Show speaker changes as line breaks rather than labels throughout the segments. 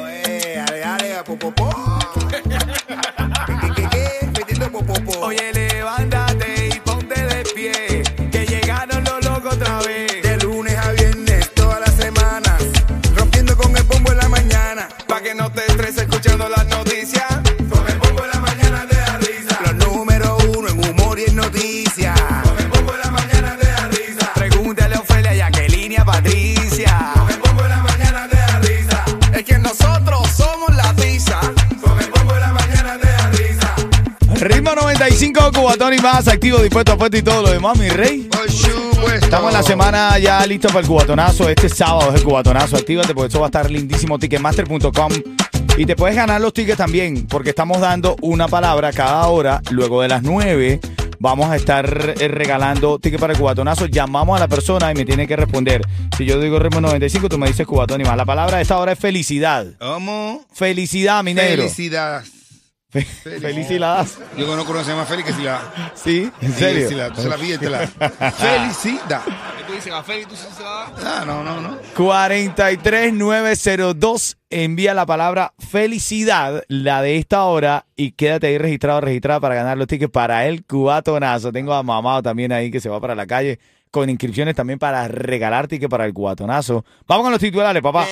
Oye, Eh, ale, ale, popopó. Metiendo popopó.
Oye, levántate y ponte de pie. Que llegaron los locos otra vez.
De lunes a viernes, todas las semanas. Rompiendo con el bombo en la mañana.
Pa' que no te estreses escuchando las noticias. Con el bombo en la mañana te da risa.
Los número uno en humor y en noticias.
Con el bombo en la mañana te da risa. Pregúntale a Ofelia y a Kelly y a Patricia. Con el bombo en la mañana te da risa.
Es que nosotros somos la risa.
Con el bombo en la mañana te da risa.
Ritmo 95, Cubatón y más, activo, dispuesto, apuesto y todo lo demás, mi rey.
Por supuesto.
Estamos en la semana ya listos para el cubatonazo. Este sábado es el cubatonazo. Actívate porque eso va a estar lindísimo. Ticketmaster.com. Y te puedes ganar los tickets también porque estamos dando una palabra cada hora. Luego de las 9 vamos a estar eh, regalando tickets para el cubatonazo. Llamamos a la persona y me tiene que responder. Si yo digo Ritmo 95, tú me dices cubatón y más. La palabra de esta hora es felicidad.
¿Cómo?
Felicidad, mi negro.
Felicidad.
Fe- Felicidad.
Yo conozco una que se llama Felicidad.
Sí, en serio.
Felicidad. Tú se la pídetela. Felicidad.
Tú dices a Feli, tú dices a...
Ah, no, no, no.
43902. Envía la palabra felicidad, la de esta hora, y quédate ahí registrado, registrada para ganar los tickets para el cubatonazo. Tengo a mamado también ahí que se va para la calle con inscripciones también para regalar tickets para el cubatonazo. Vamos con los titulares, papá.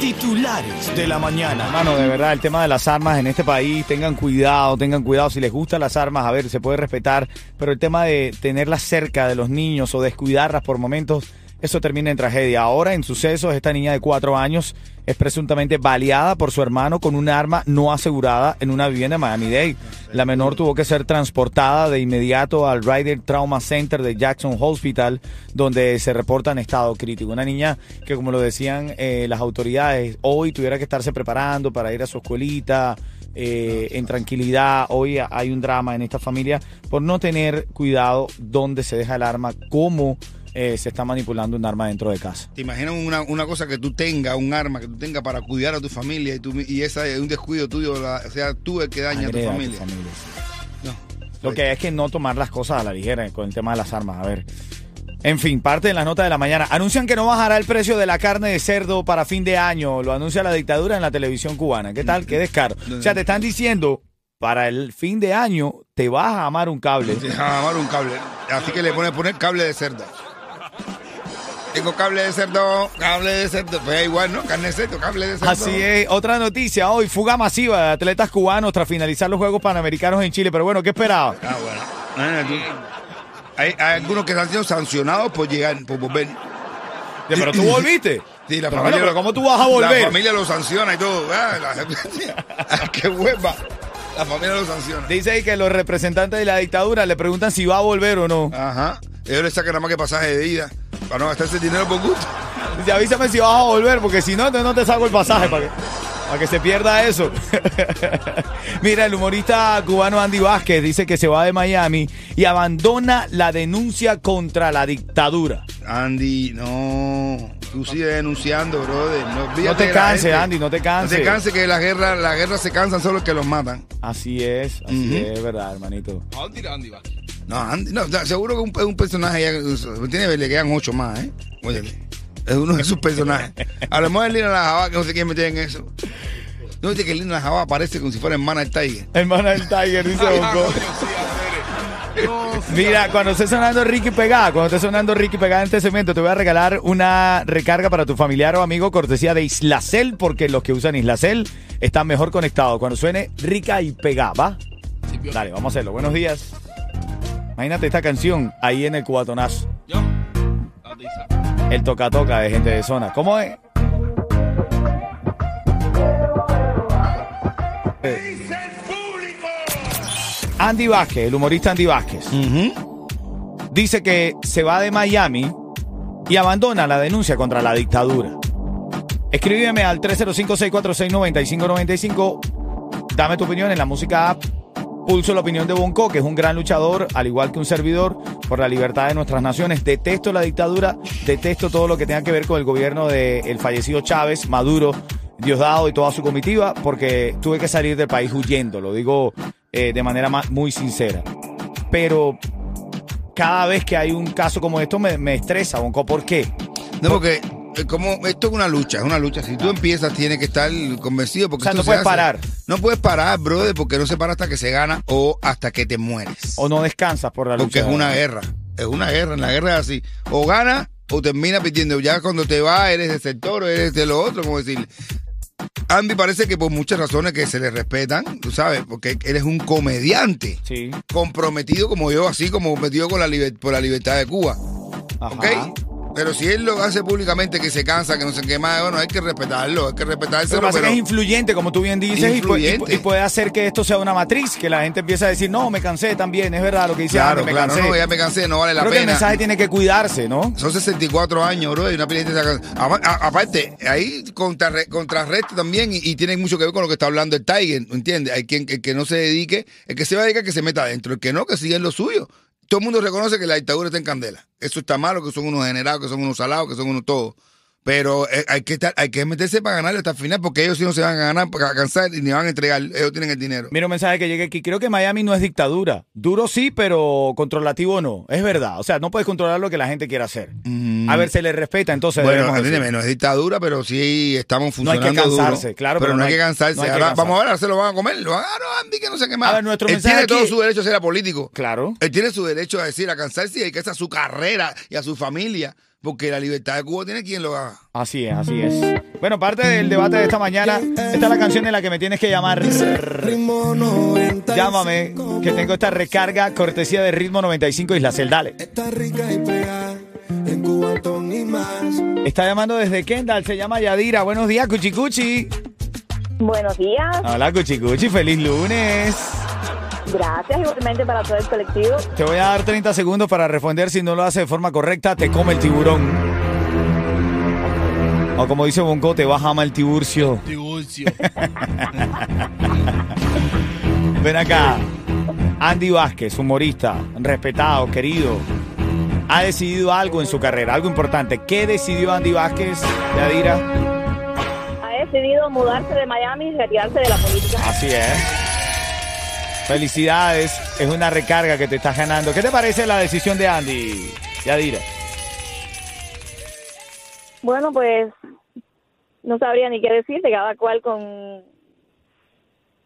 Titulares de la mañana. Mano, de verdad, el tema de las armas en este país, tengan cuidado, tengan cuidado. Si les gustan las armas, a ver, se puede respetar, pero el tema de tenerlas cerca de los niños o descuidarlas por momentos, eso termina en tragedia. Ahora, en sucesos, esta niña de cuatro años es presuntamente baleada por su hermano con un arma no asegurada en una vivienda en Miami-Dade. La menor tuvo que ser transportada de inmediato al Ryder Trauma Center de Jackson Hospital, donde se reporta en estado crítico. Una niña que, como lo decían eh, las autoridades, hoy tuviera que estarse preparando para ir a su escuelita. eh, en tranquilidad, hoy ha- hay un drama en esta familia por no tener cuidado dónde se deja el arma, cómo eh, se está manipulando un arma dentro de casa.
¿Te imaginas una, una cosa que tú tengas, un arma que tú tengas para cuidar a tu familia y, tú, y esa es un descuido tuyo, la- o sea, tú el que daña
Agrega a
a tu
tu
familia?
familia, sí.
No.
Lo que hay es que no tomar las cosas a la ligera con el tema de las armas. A ver. En fin, parte de las notas de la mañana. Anuncian que no bajará el precio de la carne de cerdo para fin de año. Lo anuncia la dictadura en la televisión cubana. ¿Qué tal? Qué descaro. O sea, te están diciendo, para el fin de año te vas a amar un cable.
Te va a amar un cable. Así que le pones poner cable de cerdo. Tengo cable de cerdo, cable de cerdo. Pues igual, ¿no? Carne de cerdo, cable de cerdo.
Así es. Otra noticia hoy. Fuga masiva de atletas cubanos tras finalizar los Juegos Panamericanos en Chile. Pero bueno, ¿qué esperaba?
Ah, bueno. Imagínate tú. Hay, hay algunos que han sido sancionados por llegar, por volver.
Ya, Pero tú volviste.
Sí, la
Pero
familia
bueno, pero
lo-
¿cómo tú vas a volver?
La familia lo sanciona y todo. Ah, la- ¡Qué hueva! La familia lo sanciona.
Dice ahí que los representantes de la dictadura le preguntan si va a volver o no.
Ajá. Ellos le sacan nada más que pasaje de ida para no gastarse el dinero por gusto.
Dice, avísame si vas a volver, porque si no, entonces no te saco el pasaje para que, para que se pierda eso. Mira, el humorista cubano Andy Vázquez dice que se va de Miami y abandona la denuncia contra la dictadura.
Andy, no. Tú sigues denunciando, brother. No, olvídate
No te
de la
canses,
gente.
Andy, no te
No
canses.
te canses que las guerras la guerra se cansan solo los que los matan.
Así es, así
Ujú.
es, verdad, hermanito.
¿A dónde irá Andy Vázquez?
No, Andy, no, no, seguro que un, es un personaje ya. uh, Tiene, le quedan ocho más, ¿eh? Óyeme. Es uno de sus personajes. A lo mejor Lina la Jabá, que no sé quién metió en eso. No viste que Lina la Jabá aparece como si fuera hermana del Tiger.
Hermana del Tiger, dice
Ah,
Bongo.
coño, sí, a ver. No, sí,
Mira, cuando esté sonando Ricky Pegada, cuando esté sonando Ricky Pegada en este segmento, te voy a regalar una recarga para tu familiar o amigo cortesía de Islacel, porque los que usan Islacel están mejor conectados. Cuando suene Rica y Pegada, ¿va?
sí, pio.
Dale, vamos a hacerlo. Buenos días. Imagínate esta canción ahí en el cubatonazo.
Yo. La tiza.
El toca toca de gente de zona. ¿Cómo es? Andy Vázquez, el humorista Andy Vázquez, dice que se va de Miami y abandona la denuncia contra la dictadura. Escríbeme al 305-646-9595. Dame tu opinión en la música app Pulso la opinión de Bonco, que es un gran luchador, al igual que un servidor, por la libertad de nuestras naciones. Detesto la dictadura, detesto todo lo que tenga que ver con el gobierno del fallecido Chávez, Maduro, Diosdado y toda su comitiva, porque tuve que salir del país huyendo, lo digo eh, de manera ma- muy sincera. Pero cada vez que hay un caso como esto me, me estresa, Bonco. ¿Por qué?
No, porque eh, como esto es una lucha, es una lucha. Si tú empiezas, tienes que estar convencido. Porque
O sea,
esto
no
se
puedes
hace.
parar.
No puedes parar, brother, porque no se para hasta que se gana o hasta que te mueres.
¿O no descansas por la
porque
lucha?
es una guerra. Es una guerra. En la guerra es así. O ganas o terminas perdiendo. Ya cuando te vas, eres de sector o eres de lo otro, como decirle. Andy parece que por muchas razones que se le respetan, tú sabes, porque él es un comediante
Sí.
comprometido como yo, así como comprometido con la liber- por la libertad de Cuba.
Ajá.
¿Ok? Pero si él lo hace públicamente, que se cansa, que no se quema, bueno, hay que respetarlo, hay que respetarse.
Lo que pasa es que es influyente, como tú bien dices, y, pu- y pu-
Influyente.
y puede hacer que esto sea una matriz, que la gente empiece a decir, no, me cansé también, es verdad lo que dice
claro,
Andy, me
claro,
cansé.
no, ya me cansé, no vale la
Creo que el
pena.
mensaje tiene que cuidarse, ¿no?
Son 64 años, bro, y una pila de gente se ha cansado. A- a- Aparte, ahí contrarre- contrarresta también y, y tiene mucho que ver con lo que está hablando el Tiger, ¿entiendes? Hay quien el que no se dedique, el que se va a dedicar que se meta adentro, el que no, que siga en lo suyo. Todo el mundo reconoce que la dictadura está en candela. Eso está malo, que son unos generados, que son unos salados, que son unos todos. Pero eh, hay que estar, hay que meterse para ganar hasta el final, porque ellos sí no se van a ganar, a cansar y ni van a entregar. Ellos tienen el dinero.
Mira un mensaje que llega aquí. Creo que Miami no es dictadura. Duro sí, pero controlativo no. Es verdad. O sea, no puedes controlar lo que la gente quiera hacer. A ver, se le respeta, entonces.
Bueno,
debemos decir.
entiéndeme, no es dictadura, pero sí estamos
No hay
funcionando
que cansarse,
duro.
claro,
Pero, no hay que cansarse.
no hay que
ahora,
cansarse.
Vamos a ver, ahora se lo van a comer. Lo van a ah, no, Andy, que no sé qué más.
A ver, nuestro
Él
mensaje
tiene todo
aquí-
su derecho a ser apolítico.
Claro.
Él tiene su derecho a decir, a cansarse y hay que hacer a su carrera y a su familia. Porque la libertad de Cuba tiene quien lo haga.
Así es, así es. Bueno, parte del debate de esta mañana, esta es la canción en la que me tienes que llamar. Llámame, que tengo esta recarga cortesía de Ritmo 95 Isla Celdale.
Está rica y pega en Cubatón y más.
Está llamando desde Kendall, se llama Yadira. Buenos días, Cuchicuchi.
Buenos días.
Hola, Cuchicuchi, feliz lunes.
Gracias igualmente para todo el colectivo.
Te voy a dar 30 segundos para responder. Si no lo haces de forma correcta, te come el tiburón. O como dice Bonco, te va a jamar el tiburcio.
Tiburcio.
Ven acá. Andy Vázquez, humorista, respetado, querido, ha decidido algo en su carrera, algo importante. ¿Qué decidió Andy Vázquez, Yadira?
Ha decidido mudarse de Miami y retirarse de la política.
Así es. Felicidades, es una recarga que te estás ganando. ¿Qué te parece la decisión de Andy, Yadira?
Bueno, pues no sabría ni qué decirte, cada cual con,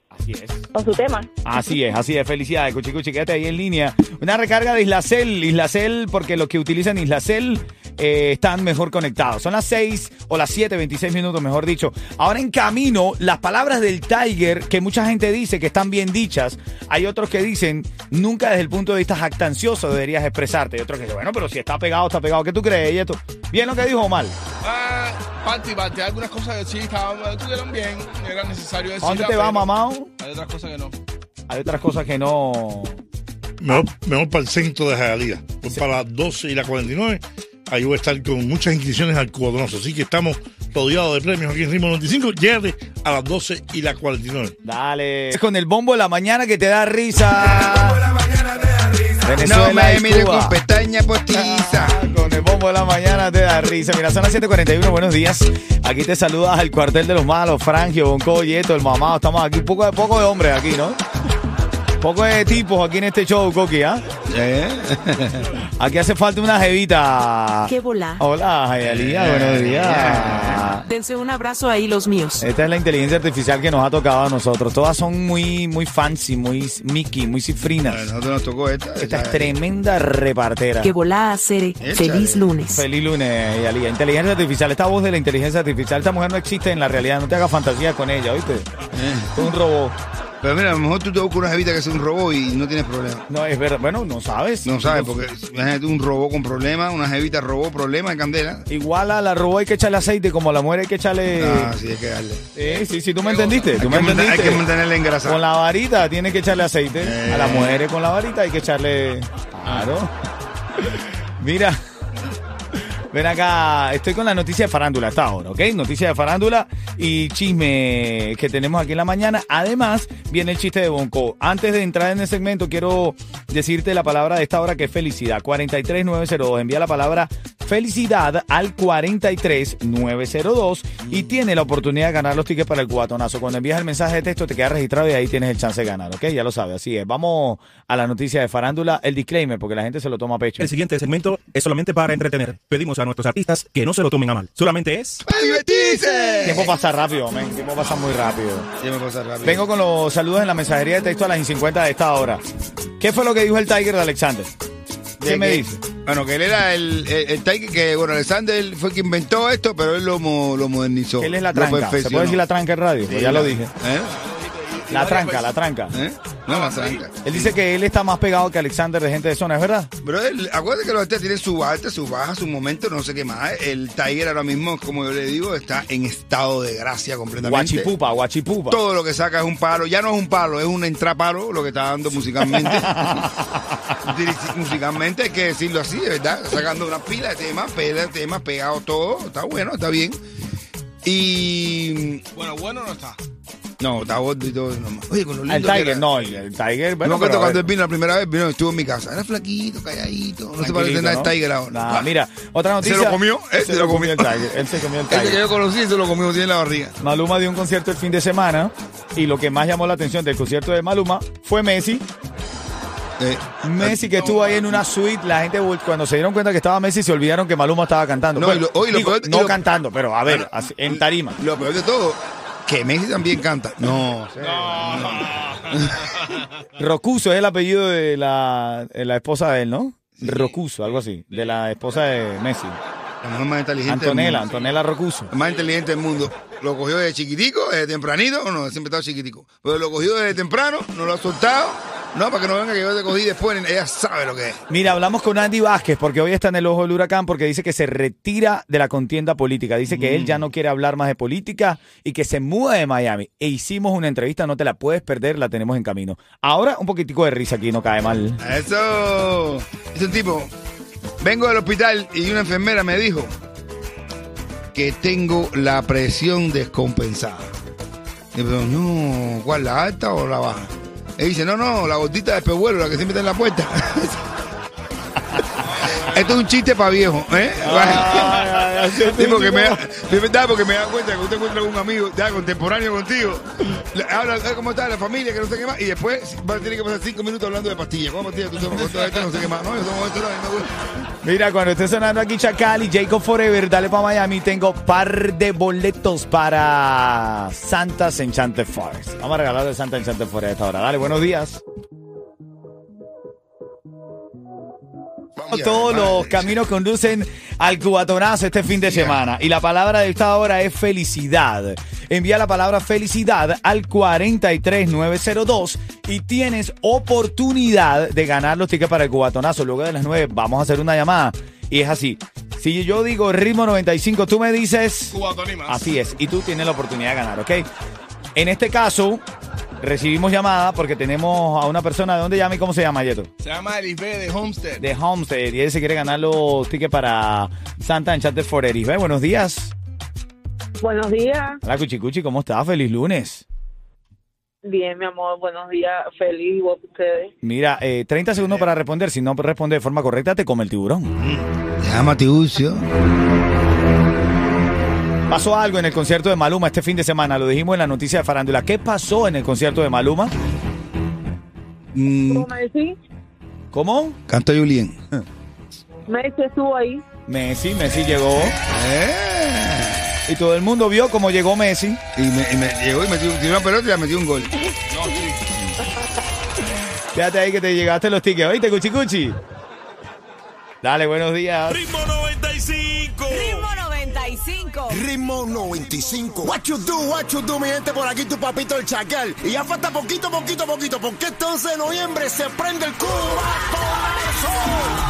Así es.
con su tema.
Así es, así es. Felicidades, Cuchi Cuchi. Quédate ahí en línea. Una recarga de Islacel. Islacel, porque los que utilizan Islacel eh, están mejor conectados. Son las 6 o las 7, 26 minutos, mejor dicho. Ahora en camino, las palabras del Tiger, que mucha gente dice que están bien dichas. Hay otros que dicen, nunca desde el punto de vista jactancioso deberías expresarte. Y otros que dicen, bueno, pero si está pegado, está pegado. ¿Qué tú crees? Y esto, ¿Bien lo que dijo o mal?
Ah, parte y parte. Hay algunas cosas que sí estaban, estuvieron bien, era necesario decir.
¿A dónde te vas, mamao?
Hay otras cosas que no.
Hay otras cosas que no...
Mejor, mejor para el centro de Jalía. Pues para las 12 y las 49, ahí voy a estar con muchas inscripciones al cuadronazo. Así que estamos rodeados de premios aquí en Ritmo 95. Llévate a las 12 y las 49.
Dale. Con el bombo de la mañana que te da risa. Venezuela
No me
y
mire
Cuba.
con pestaña postiza.
Ah, Con el bombo de la mañana te da risa. Mira, son las 7:41. Buenos días. Aquí te saludas al cuartel de los malos, Frangio, Bonco, Yeto, el mamado. Estamos aquí, un poco de, poco de hombres aquí, ¿no? Poco de tipos aquí en este show, Coqui, ¿ah? Aquí hace falta una jevita.
¿Qué volá?
Hola, Jayalía, buenos días.
Dense un abrazo ahí los míos.
Esta es la inteligencia artificial que nos ha tocado a nosotros. Todas son muy, muy fancy, muy Mickey, muy
A
cifrinas.
nosotros nos tocó esta.
Esta es
esa-
tremenda repartera.
¿Qué volá, Cere?
Échale.
Feliz lunes.
Feliz lunes, Yalía. Inteligencia artificial, esta voz de la inteligencia artificial, esta mujer no existe en la realidad, no te hagas fantasía con ella, ¿viste? Es
Eh.
un robot.
Pero mira, a lo mejor tú te buscas una jevita que sea un robot y no tienes problema.
No, es verdad. Bueno, no sabes.
No sabes, porque imagínate un robot con problemas, una jevita robot, problema en candela.
Igual a la robot hay que echarle aceite, como a la mujer hay que echarle.
Ah, sí, hay que darle.
Eh, sí, sí, tú me entendiste. Tú me
hay, que monta- hay
entendiste.
que mantenerla engrasada.
Con la varita tienes que echarle aceite.
Eh.
A las mujeres con la varita hay que echarle. Claro. Mira. Ven acá, estoy con la noticia de farándula hasta ahora, ¿ok? Noticia de farándula y chisme que tenemos aquí en la mañana. Además, viene el chiste de Bonco. Antes de entrar en el segmento, quiero decirte la palabra de esta hora que es felicidad. 43902. Envía la palabra felicidad al 43902 y tiene la oportunidad de ganar los tickets para el cuatonazo. Cuando envías el mensaje de texto, te quedas registrado y ahí tienes el chance de ganar, ¿ok? Ya lo sabes, así es. Vamos a la noticia de farándula, el disclaimer, porque la gente se lo toma a pecho.
El siguiente segmento es solamente para entretener. Pedimos a nuestros artistas que no se lo tomen a mal. Solamente es...
El tiempo pasa rápido, men. El tiempo pasa muy rápido.
Ya me pasa rápido.
Vengo con los saludos en la mensajería de texto a las 50 de esta hora. ¿Qué fue lo que dijo el Tiger de Alexander? ¿Qué
De
me
que-
dice?
Bueno, que él era el, el, el Tiger, que bueno, Alexander fue quien inventó esto, pero él lo, mo- lo modernizó.
Él es la
lo
tranca. ¿Se
perfeccionó.
puede decir la tranca en radio? Pues
Sí,
ya lo
la-
dije.
¿Eh?
La tranca, la tranca.
¿Eh? No, la tranca.
Él dice que él está más pegado que Alexander de gente de zona, ¿es verdad?
Pero él, acuérdate que los artistas tienen su alta, su baja, su momento, no sé qué más. El Tiger ahora mismo, como yo le digo, está en estado de gracia completamente.
Guachipupa, guachipupa.
Todo lo que saca es un palo. Ya no es un palo, es un entrapalo lo que está dando musicalmente. Diri- musicalmente hay que decirlo así, de ¿verdad? Sacando una pila de temas, pila de temas, pegado todo. Está bueno, está bien. Y.
Bueno, bueno no está.
No, está gordo y todo. nomás. Oye, con lo lindo
El
que
Tiger,
era.
no, el, el Tiger. Bueno,
no me acuerdo
pero a ver.
cuando él vino la primera vez, vino, estuvo en mi casa. Era flaquito, calladito. No se parece
Tranquilito,
nada
¿no?
al Tiger ahora.
Nah, mira, otra noticia.
¿Se lo comió? Él
se lo comió el Tiger. Él se comió el
Este que
Tiger.
yo conocí se lo comió, tiene la barriga.
Maluma dio un concierto el fin de semana y lo que más llamó la atención del concierto de Maluma fue Messi.
Eh,
Messi que estuvo ahí en una suite, la gente vol- cuando se dieron cuenta que estaba Messi se olvidaron que Maluma estaba cantando.
No,
Bueno,
y lo- oye, lo
digo,
peor- y
no
lo-
cantando, pero a ver,
Bueno,
así, en tarima.
Lo peor de todo, que Messi también canta. No,
Rocuso es el apellido de la, de la esposa de él, ¿no? Rocuso, algo así, de la esposa de Messi.
la mujer más inteligente. del
Antonella,
mundo.
Antonella Rocuso.
El más inteligente del mundo. Lo cogió desde chiquitico, desde tempranito. No, siempre estaba chiquitico. Pero lo cogió desde temprano, no lo ha soltado. No, para que no venga que yo te cogí después. Ella sabe lo que es.
Mira, hablamos con Andy Vázquez porque hoy está en el ojo del huracán porque dice que se retira de la contienda política. Dice que él ya no quiere hablar más de política y que se muda de Miami. E hicimos una entrevista, no te la puedes perder, la tenemos en camino. Ahora un poquitico de risa aquí, no cae mal.
Eso. Es un tipo. Vengo del hospital y una enfermera me dijo que tengo la presión descompensada. Y yo, pero no, ¿cuál? ¿La alta o la baja? Y dice, no, no, la gordita de pehuelo, la que siempre está en la puerta. Esto es un chiste para viejo, ¿eh? Sí, porque me, da- de verdad, porque me da cuenta que usted encuentra un amigo ya contemporáneo contigo. Le Habla, "Eh, ¿cómo está la familia? Que no sé qué más. Y después va a tener que pasar cinco minutos hablando de pastillas. ¿Cómo pastillas? Tú tomas esto, esto, no sé qué más. No, yo tomo esto, no, a mí me gusta.
Mira, cuando esté sonando aquí Chacal y Jacob Forever, dale para Miami. Tengo par de boletos para Santa's Enchanted Forest. Vamos a regalar de Santa Enchanted Forest a esta hora. Dale, buenos días.
Vamos,
Todos
hermano.
los caminos conducen al cubatonazo este fin de semana. Y la palabra de esta hora es felicidad. Envía la palabra felicidad al 43902 y tienes oportunidad de ganar los tickets para el cubatonazo. Luego de las 9 vamos a hacer una llamada. Y es así. Si yo digo ritmo 95, tú me dices...
Cubatón y más.
Así es, y tú tienes la oportunidad de ganar, ¿ok? En este caso, recibimos llamada porque tenemos a una persona, ¿de dónde llama y cómo se llama, Yeto?
Se llama Elisbe de Homestead.
De Homestead, y él se quiere ganar los tickets para Santa Enchanted for Erisbe. Buenos días.
Buenos días.
Hola, Cuchicuchi, ¿cómo estás? Feliz lunes.
Bien, mi amor, buenos días. Feliz igual que ustedes.
Mira, eh, 30 segundos para responder. Si no responde de forma correcta, te come el tiburón.
Llama a Tiburcio.
Pasó algo en el concierto de Maluma este fin de semana, lo dijimos en la noticia de Farándula. ¿Qué pasó en el concierto de Maluma?
Mm,
¿Cómo me decís?
¿Cómo?
canta Julien.
Messi estuvo ahí.
Messi, Messi llegó.
Eh.
Y todo el mundo vio cómo llegó Messi.
Y me, y me llegó y metió, tiró una pelota y la metió un gol.
Quédate ahí que te llegaste los tickets. ¿Oíste, Cuchi Cuchi? Dale, buenos días.
Ritmo 95.
Ritmo 95.
Ritmo 95. What you do, what you do, mi gente, por aquí tu papito el chacal. Y ya falta poquito, poquito, poquito, porque este 11 de noviembre se prende el cubo.